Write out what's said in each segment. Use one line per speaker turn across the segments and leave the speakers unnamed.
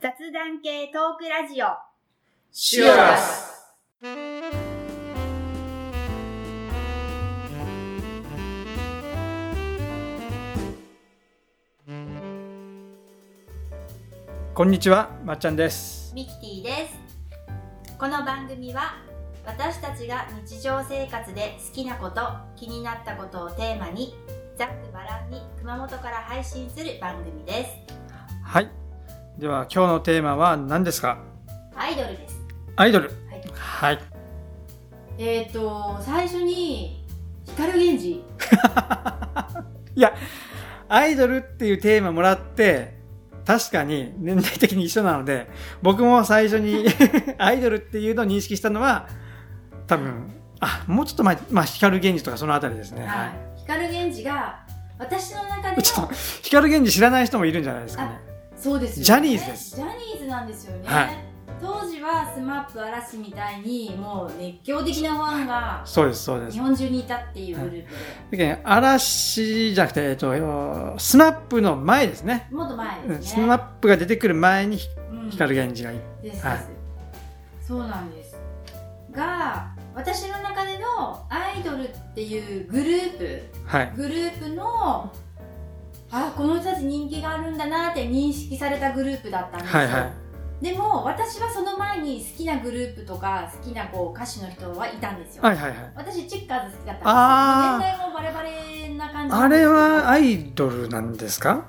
雑談系トークラジオ。
シュアス
こんにちは、まっちゃんです。
ミキティです。この番組は私たちが日常生活で好きなこと、気になったことをテーマにざっくばらんに熊本から配信する番組です。
はい。では今日のテーマは何ですか
アイドルです。
アイドル。
はい。
はい。
えっ、ー、と最初に光源氏。
アイドルっていうテーマもらって、確かに年代的に一緒なので、僕も最初に アイドルっていうのを認識したのは、多分、あ、もうちょっと前、まあ、光源氏とかそのあたりですね。
は。
はい
光源氏が私の中で
い。
も
ちょっと、光源氏知らない人もいるんじゃないですかね。
そうですよね
ジャニーズです
ジャニーズなんですよね、
はい
当時はスマップ嵐みたいにもう熱狂的なファンが
そうです、そうです
日。本中にいたっていうグループで、
だけど嵐じゃなくて、えっと、スナップの前ですね。
もっと前
うん
です
ス
ね、
ナップが出てくる前に
うん
光源氏がいて
ですです、
はい
そうなんですが私の中でのアイドルっていうグループ
はい。
グループのあこの人たち人気があるんだなって認識されたグループだったんですよ、
はいはい
でも私はその前に好きなグループとか好きなこう歌手の人はいたんですよ、
はいはいはい。
私チェッカーズ好きだったん
あ
で
ー
すけど年代もバレバレな感じな
あ
んです
れ
けど
はアイドルなんですか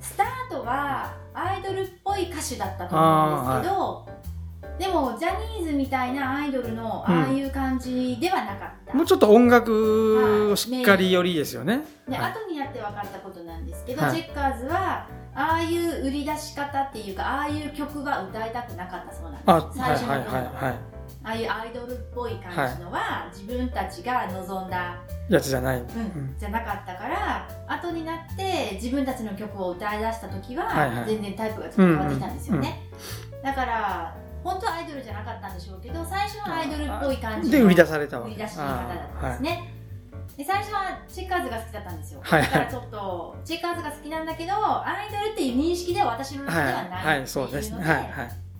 スタートはアイドルっぽい歌手だったと思うんですけど、でもジャニーズみたいなアイドルの
うん
ああいう感じではなかった、
もうちょっと音楽しっかりよりですよね。
で
はい
後になって分かったことなんですけど、
はい
チェッカーズはああいう売り出し方っていうかああいう曲は歌いたくなかったそうなんです
あ、
最
はい
初の
は
頃
いはいは
ああいうアイドルっぽい感じのは、自分たちが望んだ、
い。やつじゃない。
うん
ん
じゃなかったから後になって自分たちの曲を歌い出した時
はい
は
はい
全然タイプがちょっと変わってきたんですよね、だから本当はアイドルじゃなかったんでしょうけど最初はアイドルっぽい感じの
で、売り出されたわ
売
け。
り出しの方だったんです
ね。
ね、で最初はチェッカーズが好きだったんですよ、
はい
だからちょっとチェッカーズが好きなんだけどアイドルっていう認識では私の中で
はい
はな
はい
って
い、
いう
そう
ので、
ですね。はいはい。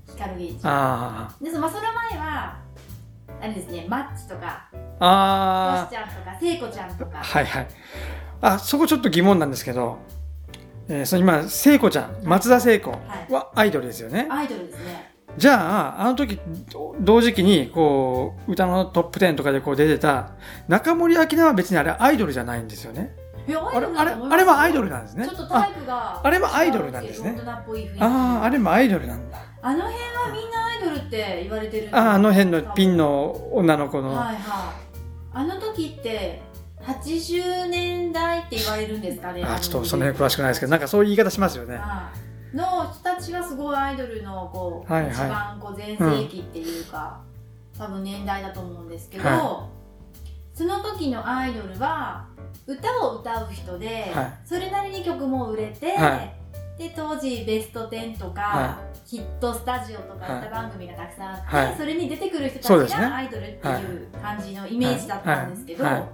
光源氏
あ
でそのまあその前はあれですねマッチとか
ー
ト
あ
シちゃんとか聖子ちゃんと
ー。
か
はいはい。あ、そこちょっと疑問なんですけど、えーその今、聖子ちゃん、松田聖子
はい
はアイドルですよね。
アイドルですね
じゃあ、あの時、ど同時期に、こう、歌のトップ10とかでこう出てた、中森明菜は別にあれアイドルじゃないんですよね。
いやア
あ
イ
れ、
ドルだ
あれ、
と思いますよ
あれはアイドルなんですね
ちょっ。とタ
あ
イプが
ああれはアイドルなんですね
大人っぽい雰囲気
あー、あ
れ
れもアイドルなんだ。
あの辺はみんなアイドルって言われてる
あーあの辺のピン
の
の女の子の。
はいはいあの時って80年代って言われるんですかね
あーちょっとその辺詳しくないですけど、なんかそういう言い方しますよね。
はいの人たちはすごいアイドルのこう、
はいはい
一番こう全盛期っていうか、多分年代だと思うんですけど、
は
その時のアイドルは歌を歌う人で、
は
それなりに曲も売れて、
は
で当時ベスト10とか、
は
ヒットスタジオとか
はい
歌番組がたくさんあって、
はい
それに出てくる人
そう
た
で
ち
すね
がアイドルっていう感じのイメージだったんですけど、
はいはいはい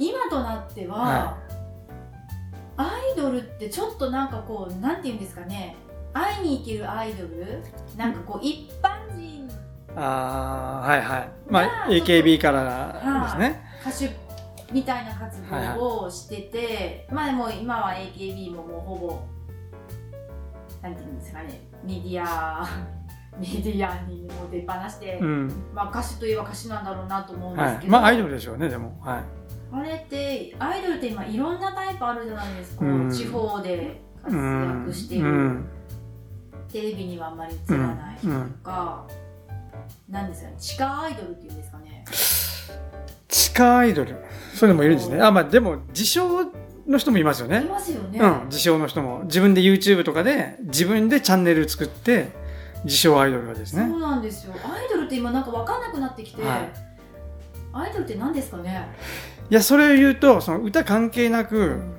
今となっては、
は
アイドルってちょっとなんかこうなんて言うんですかね会いに行けるアイドルなんかこう一般人
ああ、はいはい。まあ、
じゃあ
AKB からですね。
歌手みたいな活動をしてて、まあもう今は AKB ももうほぼなんて言うんですかねメディア メディアにもう出っ放して、
うん。
まあ歌手といえば歌手なんだろうなと思うんで
は
すけ
い。
ど、
まあ、アイドルでしょうね、でも。はい。
あれってアイドルって今いろんなタイプあるじゃないですか、
うん
地方で活
うん。
躍してる、
うん。
テレビにはあんまり映
う
ら
ん
ない。
うん。
が、なんですかね、地下アイドルっていうんですかね。
地下アイドル。そういうのもいるんですね。あ、まあでも、自称の人もいますよ
い
ね。
ますよね。
うん、自称の人も。自分で YouTube とかで、自分でチャンネル作って、自称アイドルはです
そ
ね。
うなんですよ。アイドルって今なんか分かんなくなってきて、
はい
アイドルって何ですかね。
いや、それを言うと、その歌関係な
う
く、
ん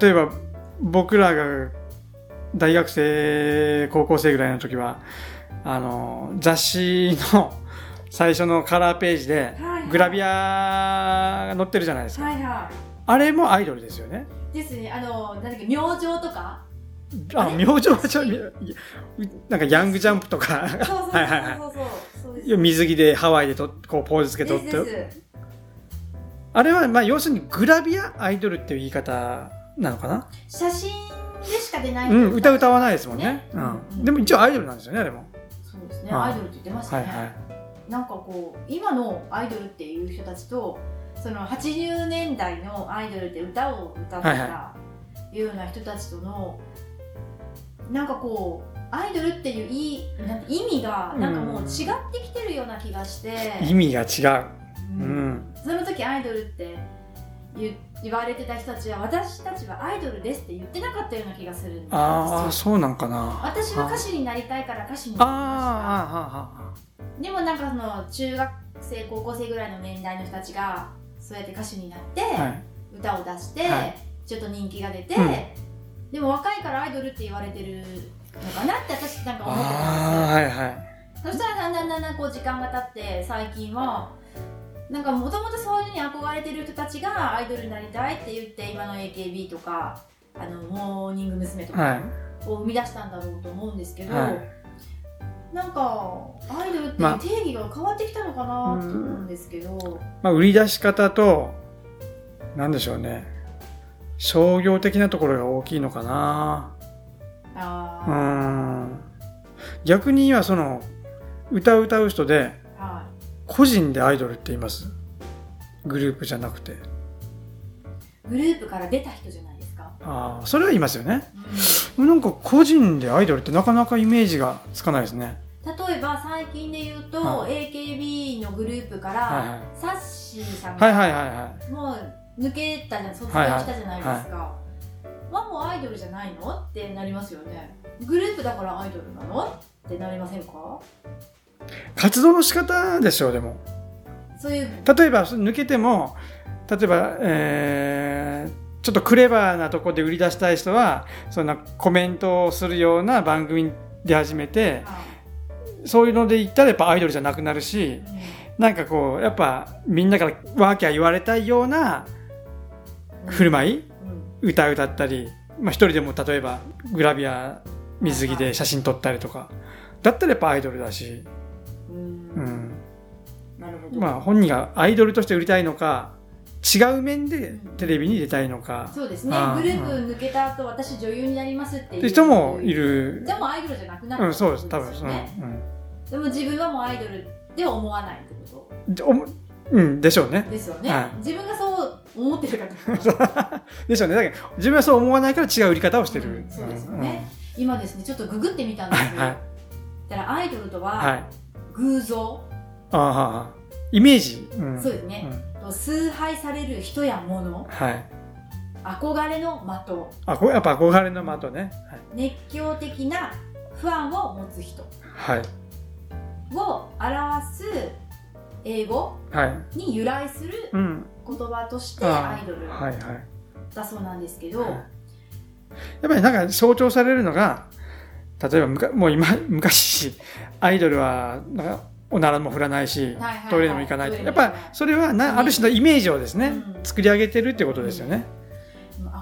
例えば、僕らが、大学生、高校生ぐらいの時は、あの、雑誌の最初のカラーページで、
はい
グラビアが載ってるじゃないですか。
はいは
あれもアイドルですよね。
い。ですね。あの、なんだっけ、明星とか。
あ、明星はちょ、みなんかヤングジャンプとか、
そうそうそう
はいはいはい
そうそうそうです
水着でハワイでとこうポーズつけとっ
です
て。
です
あれは、まあ、要するにグラビアアイドルっていう言い方なのかな
写真でしか出ない
うん、歌歌わないですもんね。
ね
うん。でも一応アイドルなんですよね、でも。
そうですね
はい
アイドルって言ってました
はい
ね、
はい。
なんかこう今のアイドルっていう人たちとその80年代のアイドルで歌を歌って
はい
たような人たちとの、なんかこうアイドルっていういいなんて意味がなんかもう違ってきてるような気がして、
意味が違う。
うん
うん
その時アイドルって言言われてた人たちは私たちはアイドルですって言ってなかったような気がするんですよ
ああ、そうなんかな。
私は歌手になりたいから歌手になりました
ああ、
でもなんかその中学生高校生ぐらいの年代の人たちがそうやって歌手になって、
ああ、ああ、はい。
歌を出して、
はい
ちょっと人気が出て、
うん
でも若いからアイドルって言われてるのかなって私なんか思ってたん
ああ、はいはい。
ですよそしたらだんだんだんだんこう時間が経って最近はなんかもともとそういうのに憧れてる人たちがアイドルになりたいって言って今の AKB とかあのモーニング娘。とか、
はい。
を生み出したんだろうと思うんですけど、
は
なんかアイドルって
まあ
定義が変わってきたのかなと思うんですけど、
まあ、売り出し方と、なんでしょうね。商業的なところが大きいのかな。う
あ
ーん。逆に今、その、歌を歌う人で、
ーは
個人でアイドルって言います。グループじゃなくて。
い、グループから出た人じゃないですか、
ああ、それは言いますよね。
うん
なんか個人でアイドルってなかなかイメージがつかないですね。
例えば最近で言うと、
は
AKB のグループか
はい
ら、
は
サッシーさん
はいはい
が
はいは
もう抜けたじゃん卒業したじゃないですか、はもうアイドルじゃないのってなりますよねグループだからアイドルなのってなりませんか
い。活動の仕方でしょう、でも。
そういう
例えば抜けても例えば、えーちょっとクレバーなとこで売り出したい人はそんなコメントをするような番組で始めて
あ
そういうので言ったらやっぱアイドルじゃなくなるし
ーうん
なんかこうやっぱみんなからワーキャー言われたいような振る舞い
うん
歌歌ったり、まあ、一人でも例えばグラビア水着で写真撮ったりとかだったらやっぱアイドルだし、
うん
う
うん
ん、
なるほど、
まあ本人がアイドルとして売りたいのか違う面でテレビに出たいのか、
そうですね
あー
グループ抜けた後私女優になりますって
っ
い
て
う
人もいる
で。もアイドルじゃなくなった
う
っ
ん、
てこ
そう
と
です、多分。
よ
うん
ねでも自分はもうアイドルでは思わないってこ
うんでおもうん、でしょうね
と。ですよね、
はい
自分がそう思ってるかと
でしょうね。だけど、自分はそう思わないから違う売り方をしてる。
うんそうですよね今ですねちょっとググってみたん
うん。
で
はい
すよ、
はい。
だからアイドルと
は。
はい偶像、
ああ、はあイメージ。うん。
そうですね、
うん
と崇拝される人や物
はい。
憧れの的
あ、こやっぱ憧れの的ね。
熱狂的なファンを持つ人
はい。
を表す英語
はい。はい。
に由来する
うん。
言葉として
あ
アイドル
はいはい。
だそうなんですけど、
やっぱりなんか象徴されるのが、例えばむか、もう今、 昔、アイドルは、なんか、おならも振らないし、
はいはいはい
トイレにも行かないと。
トイレ
やっ
にも行
ぱ
かない
それはなある種のイメージをですね、
うん
作り上げてるってことですよね。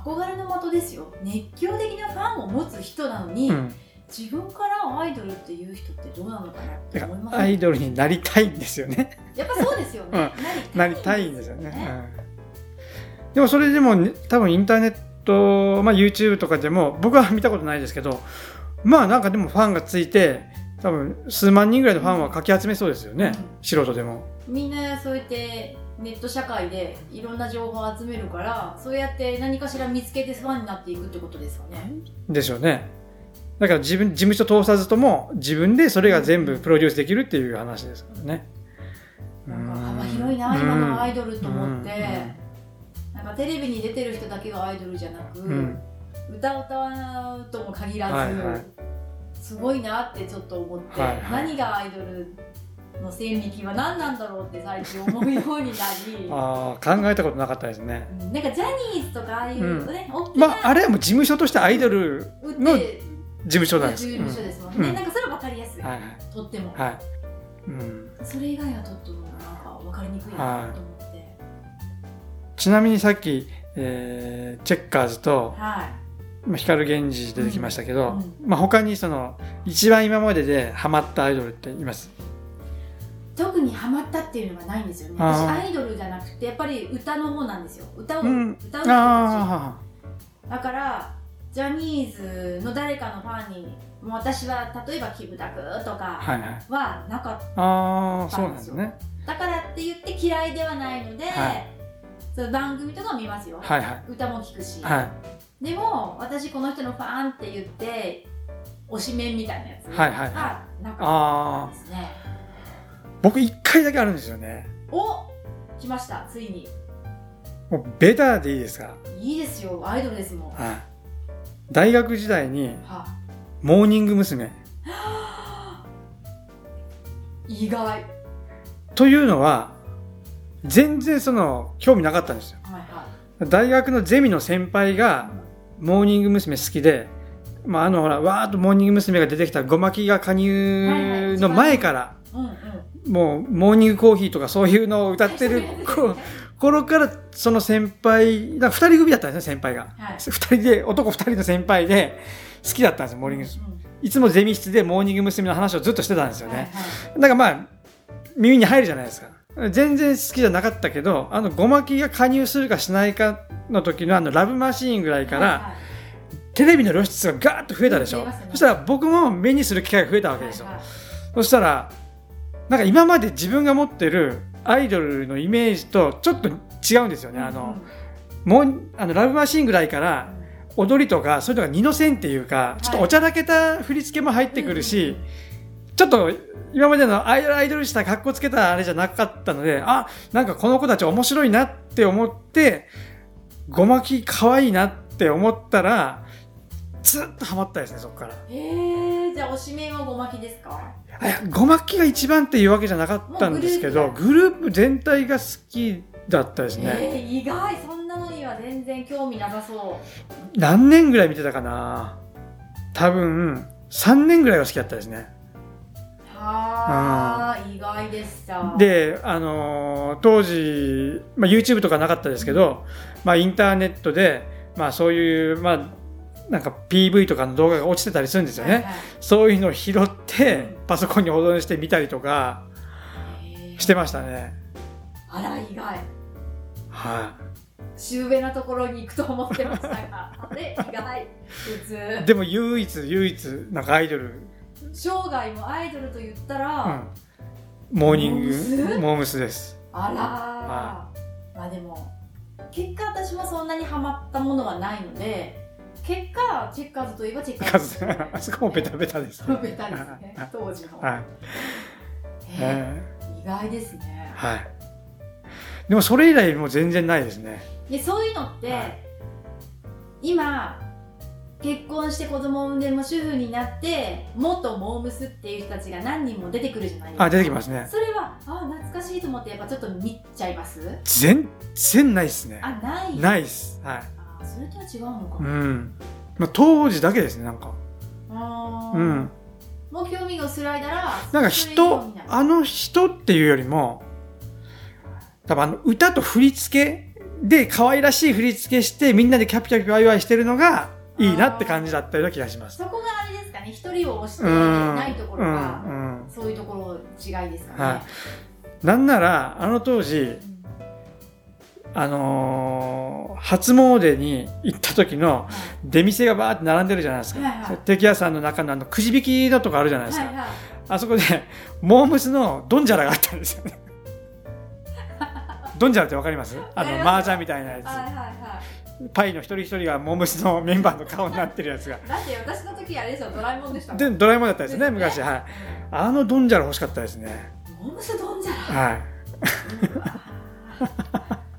憧れの的ですよ熱狂的なファンを持つ人なのに、
うん。
自分からアイドルっていう人ってどうなのかなっ
だ
て
か
思いま
ら
す
アイドルになりたいんですよね。
やっぱそうですよね、
なりたいんですよね。うんでもそれでもね多分インターネット、まあ YouTube とかでも僕は見たことないですけど、まあなんかでもファンがついて、多分数万人ぐらいのファンはかき集めそうですよ
う
ね。
ん
素人でも。
みんなそうやってネット社会でいろんな情報を集めるからそうやって何かしら見つけてファンになっていくってことですかね
でしょうね。だから自分、事務所通さずとも自分でそれが全部プロデュースできるっていう話ですからね。
なんか
うん
幅広いな今のアイドルと思って、
うん
なんかテレビに出てる人だけがアイドルじゃなく、
うん。
歌を歌うとも限らず、
はいはい
すごいなってちょっと思って、
はいはい
何がアイドルの線引きは何なんだろうって最近思うようになり
ああ、考えたことなかったですね。
うんなんかジャニーズとかああいうね、大きな、
まあ、あれはもう事務所としてアイドル
打って
の
る
事務所なんです。
事務所ですもんね、
うん
なんかそれは分かりやすい、
うんはい
とっても、
はい。はい。うん。
それ以外はちょっとなんか分かりにくいなと思って
ちなみにさっき、えーチェッカーズと
はい、
まあ、光源氏出てきましたけど、
う
まあ、他にその一番今まででハマったアイドルっています
特にハマったっていうのがないんですよね
あ
私
ー
アイドルじゃなくてやっぱり歌の方なんですよ歌を、
うん
歌う人た
あ
ちだからジャニーズの誰かのファンにもう私は例えばキムタクと
あ
か
はいはい
はなかった、
ああそうなんですね
だからって言って嫌いではないので、
はい
その番組とか見ますよ、
はいはい
歌も聴くし、
はい
でも私この人のファンって言って推しメンみたいなやつ
はいはいは
が
い
なかった
あ
で
あ
すね
僕一回だけあるんですよね
お来ましたついに
もうベタでいいですか、
いいですよアイドルですもんは
はい、大学時代に
あ
モーニング娘。
意外はい
というのは全然その興味なかったんですよ
は
大学のゼミの先輩がモーニング娘。好きで、まあ、あのほらわーっとモーニング娘。が出てきたごまきが加
はいは
入
い
の前から、
いうんうん
もうモーニングコーヒーとかそういうのを歌ってる頃頃からその先輩だから2人組だったんですね先輩が
はい
2人で男2人の先輩で好きだったんですよモーニング娘。いつもゼミ室でモーニング娘。の話をずっとしてたんです
うん
よね、
はいはい
だからまあ、耳に入るじゃないですか。全然好きじゃなかったけど、あの、ごまきが加入するかしないかの時のあの、ラブマシーンぐらいから、
はい
テレビの露出がガーッと増えたでしょ。
増えますね
そしたら僕も目にする機会が増えたわ
はい
けですよ。
はいはい
そしたら、なんか今まで自分が持ってるアイドルのイメージとちょっと違うんですよね。あの、もう、あの、ラブマシーンぐらいから、踊りとか、そういうのが二の線っていうか、ちょっとおちゃらけた振り付けも入ってくるし、
うんうん
ちょっと今までのアイドルアイドルした格好つけたあれじゃなかったので、あ、なんかこの子たち面白いなって思って、ごまき可愛いなって思ったら、ずっとハマったですね、そこから。
えー、じゃあ推しメンはごまきですか
あいやごまきが一番っていうわけじゃなかったんですけど、
も
グループ全体が好きだったですね。
えー、意外そんなのには全然興味なさそ
何年ぐらい見てたかな多分、3年ぐらいは好きだったですね。
うはあ意外でした
で、あのー当時、まあ、YouTube とかなかったですけど、まあ、インターネットで、まあ、そういう、まあ、なんか PV とかの動画が落ちてたりするんですよね。
はいはい
そういうのを拾って
う、
パソコンに保存して見たりとか
えー
してましたね。
あら意外
は
中上なところに行くと思ってました があれ意外普
い。
通
でも唯一、唯一、なんかアイドル、
生涯もアイドルと言ったら、
うん、モーニン
モー
グ、
娘
モームスです。
あらーまあでも結果私もそんなにハマったものはないので結果チェッカーズといえばチェッカーズ
あそこもベタベタです、
ベタですね当時の、
はい。
え
えー
ー意外ですね
はい。でもそれ以来もう全然ないですね。
でそういうのって、
はい
今結婚して子供を産んでも主婦になって元モームスっていう人たちが何人も出てくるじゃないですか
あ、出てきますね。
それはあ懐かしいと思ってやっぱちょっと見ちゃいます
全然ないっすね。
あない
ないっす。はい。
あそれとは違うのか、
うん。まあ、当時だけですね、なんか。
あー
うん。
もう興味が薄らいだら
なん
それ
か人
以上にな、る
あの人っていうよりも、多分あの歌と振り付けで可愛らしい振り付けしてみんなでキャピキャピワイワイしてるのがいいなって感じだったような気がします。
そこがあれですかね一人を推して
う
い
ん。
ないとこ
う
ろが、
ん。うん。
そういうところ違いですかね、
はなんなら、あの当時、
うん
あのー初詣に行った時の
は
出店がバーって並んでるじゃないですか。
はいはい
そう敵屋さんの中のあのくじ引きのとこあるじゃない
い
ですか。
はいはい
あそこで、モームスのドンジャラがあったんです よね。ドンジャラってわかりますあ
わかり
の、
ます
麻雀みたいな
はい
や
はいは
つ。パイの一人一人がモームスのメンバーの顔になってるやつが。
いだって私の時あれですよドラえもんでしたもん
で、ドラえもんだったんですね、
ですね
昔。はい。あのドンジャラ欲しかったですね。
モームスドンじゃら
はい。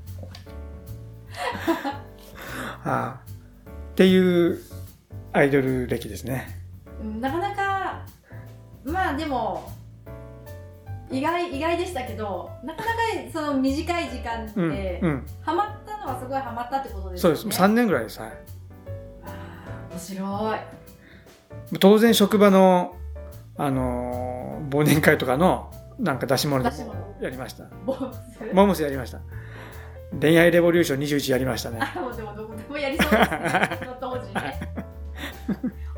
あっていうアイドル歴ですね。
うんなかなかまあでも意外意外でしたけどなかなかその短い時間
うん。
で、
うん。
ハマったのはすごいハマったってことです
そう
よ
で
ね
す。3年ぐらいです。はい。
あー面白い
当然職場の、あのー忘年会とかのなんか出し物で
出し物
やりました。
モームス
モームスやりました。恋愛レボリューション21やりましたね。
あもうでもどこでもやりそうですねその当時ね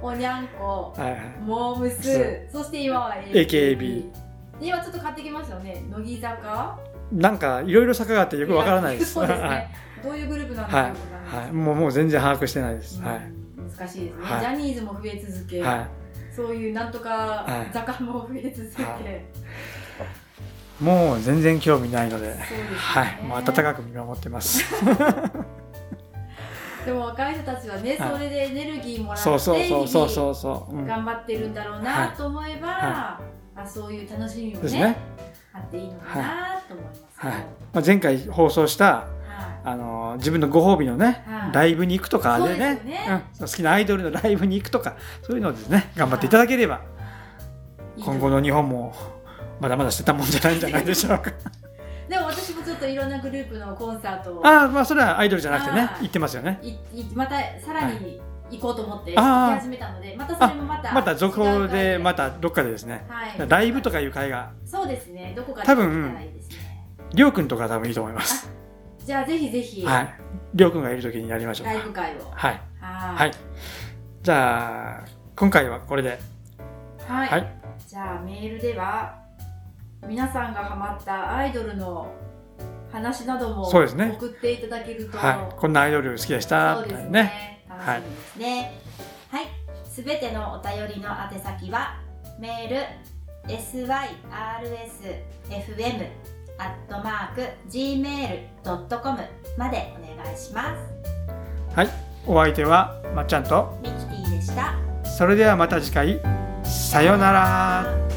おにゃんこ、
はいはい。
モームス、そして今は
AKB
で今ちょっと買ってきましたよね。乃木坂。
なんか、いろいろ坂があってよくわからないです。
そうです
はい
ね。どういうグループなんだろうとかね
はい、もうもう全然把握してないです。は
うん難しいですね、
はい
ジャニーズも増え続
い。
け、
は
そういうなんとか
はい
雑貨も増え続け、
はいい。もう全然興味ないので、
そうですね
はい。もう温かく見守ってます。
でも若い人たちはね、
はい
それでエネルギーもらって
そうそうそうそう
日
そうそう。うん
々頑張ってるんだろう
は
ないと思えば、
は
あそういう楽しみも
で
ね
すね。
あっていいのかなと思いますよ、
はい。まあ、前回放送した、
は
あのー自分のご褒美のね、
いはい
ライブに行くとかでね
そうですよね
うんそう好きなアイドルのライブに行くとかそういうのをですね頑張っていただければ、
いいと
今後の日本もまだまだしてたもんじゃないんじゃないでしょ うか
でも私もちょっといろんなグループのコンサートを
ああまあそれはアイドルじゃなくてね
あー
行ってますよね
いいまたさらに行こうと思って行き
あー
始めたので、またそれもまた
また続報でま
た、
たどっかでですね
はい、
ライブとかいう会が
そうですねどこかで
多分
行ったらいいですね
りょうくんとか多分いいと思います
じゃあぜひぜひ、
はいりょうくんがいる時にやりましょう
ライ
か
ブ会を
はいは
はい
じゃあ今回はこれで
はい、
はい
じゃあメールでは皆さんがハマったアイドルの話なども
そうですね
送っていただけると、
はいこんなアイドル好きでした
そう
み
で
たい
す
な
ね
ね
楽しみですねはいすべ、てのお便りの宛先はメール syrsfm アットマーク gmail.com までお願いします
お相手はまっちゃんと
ミキティでした
それではまた次回さよなら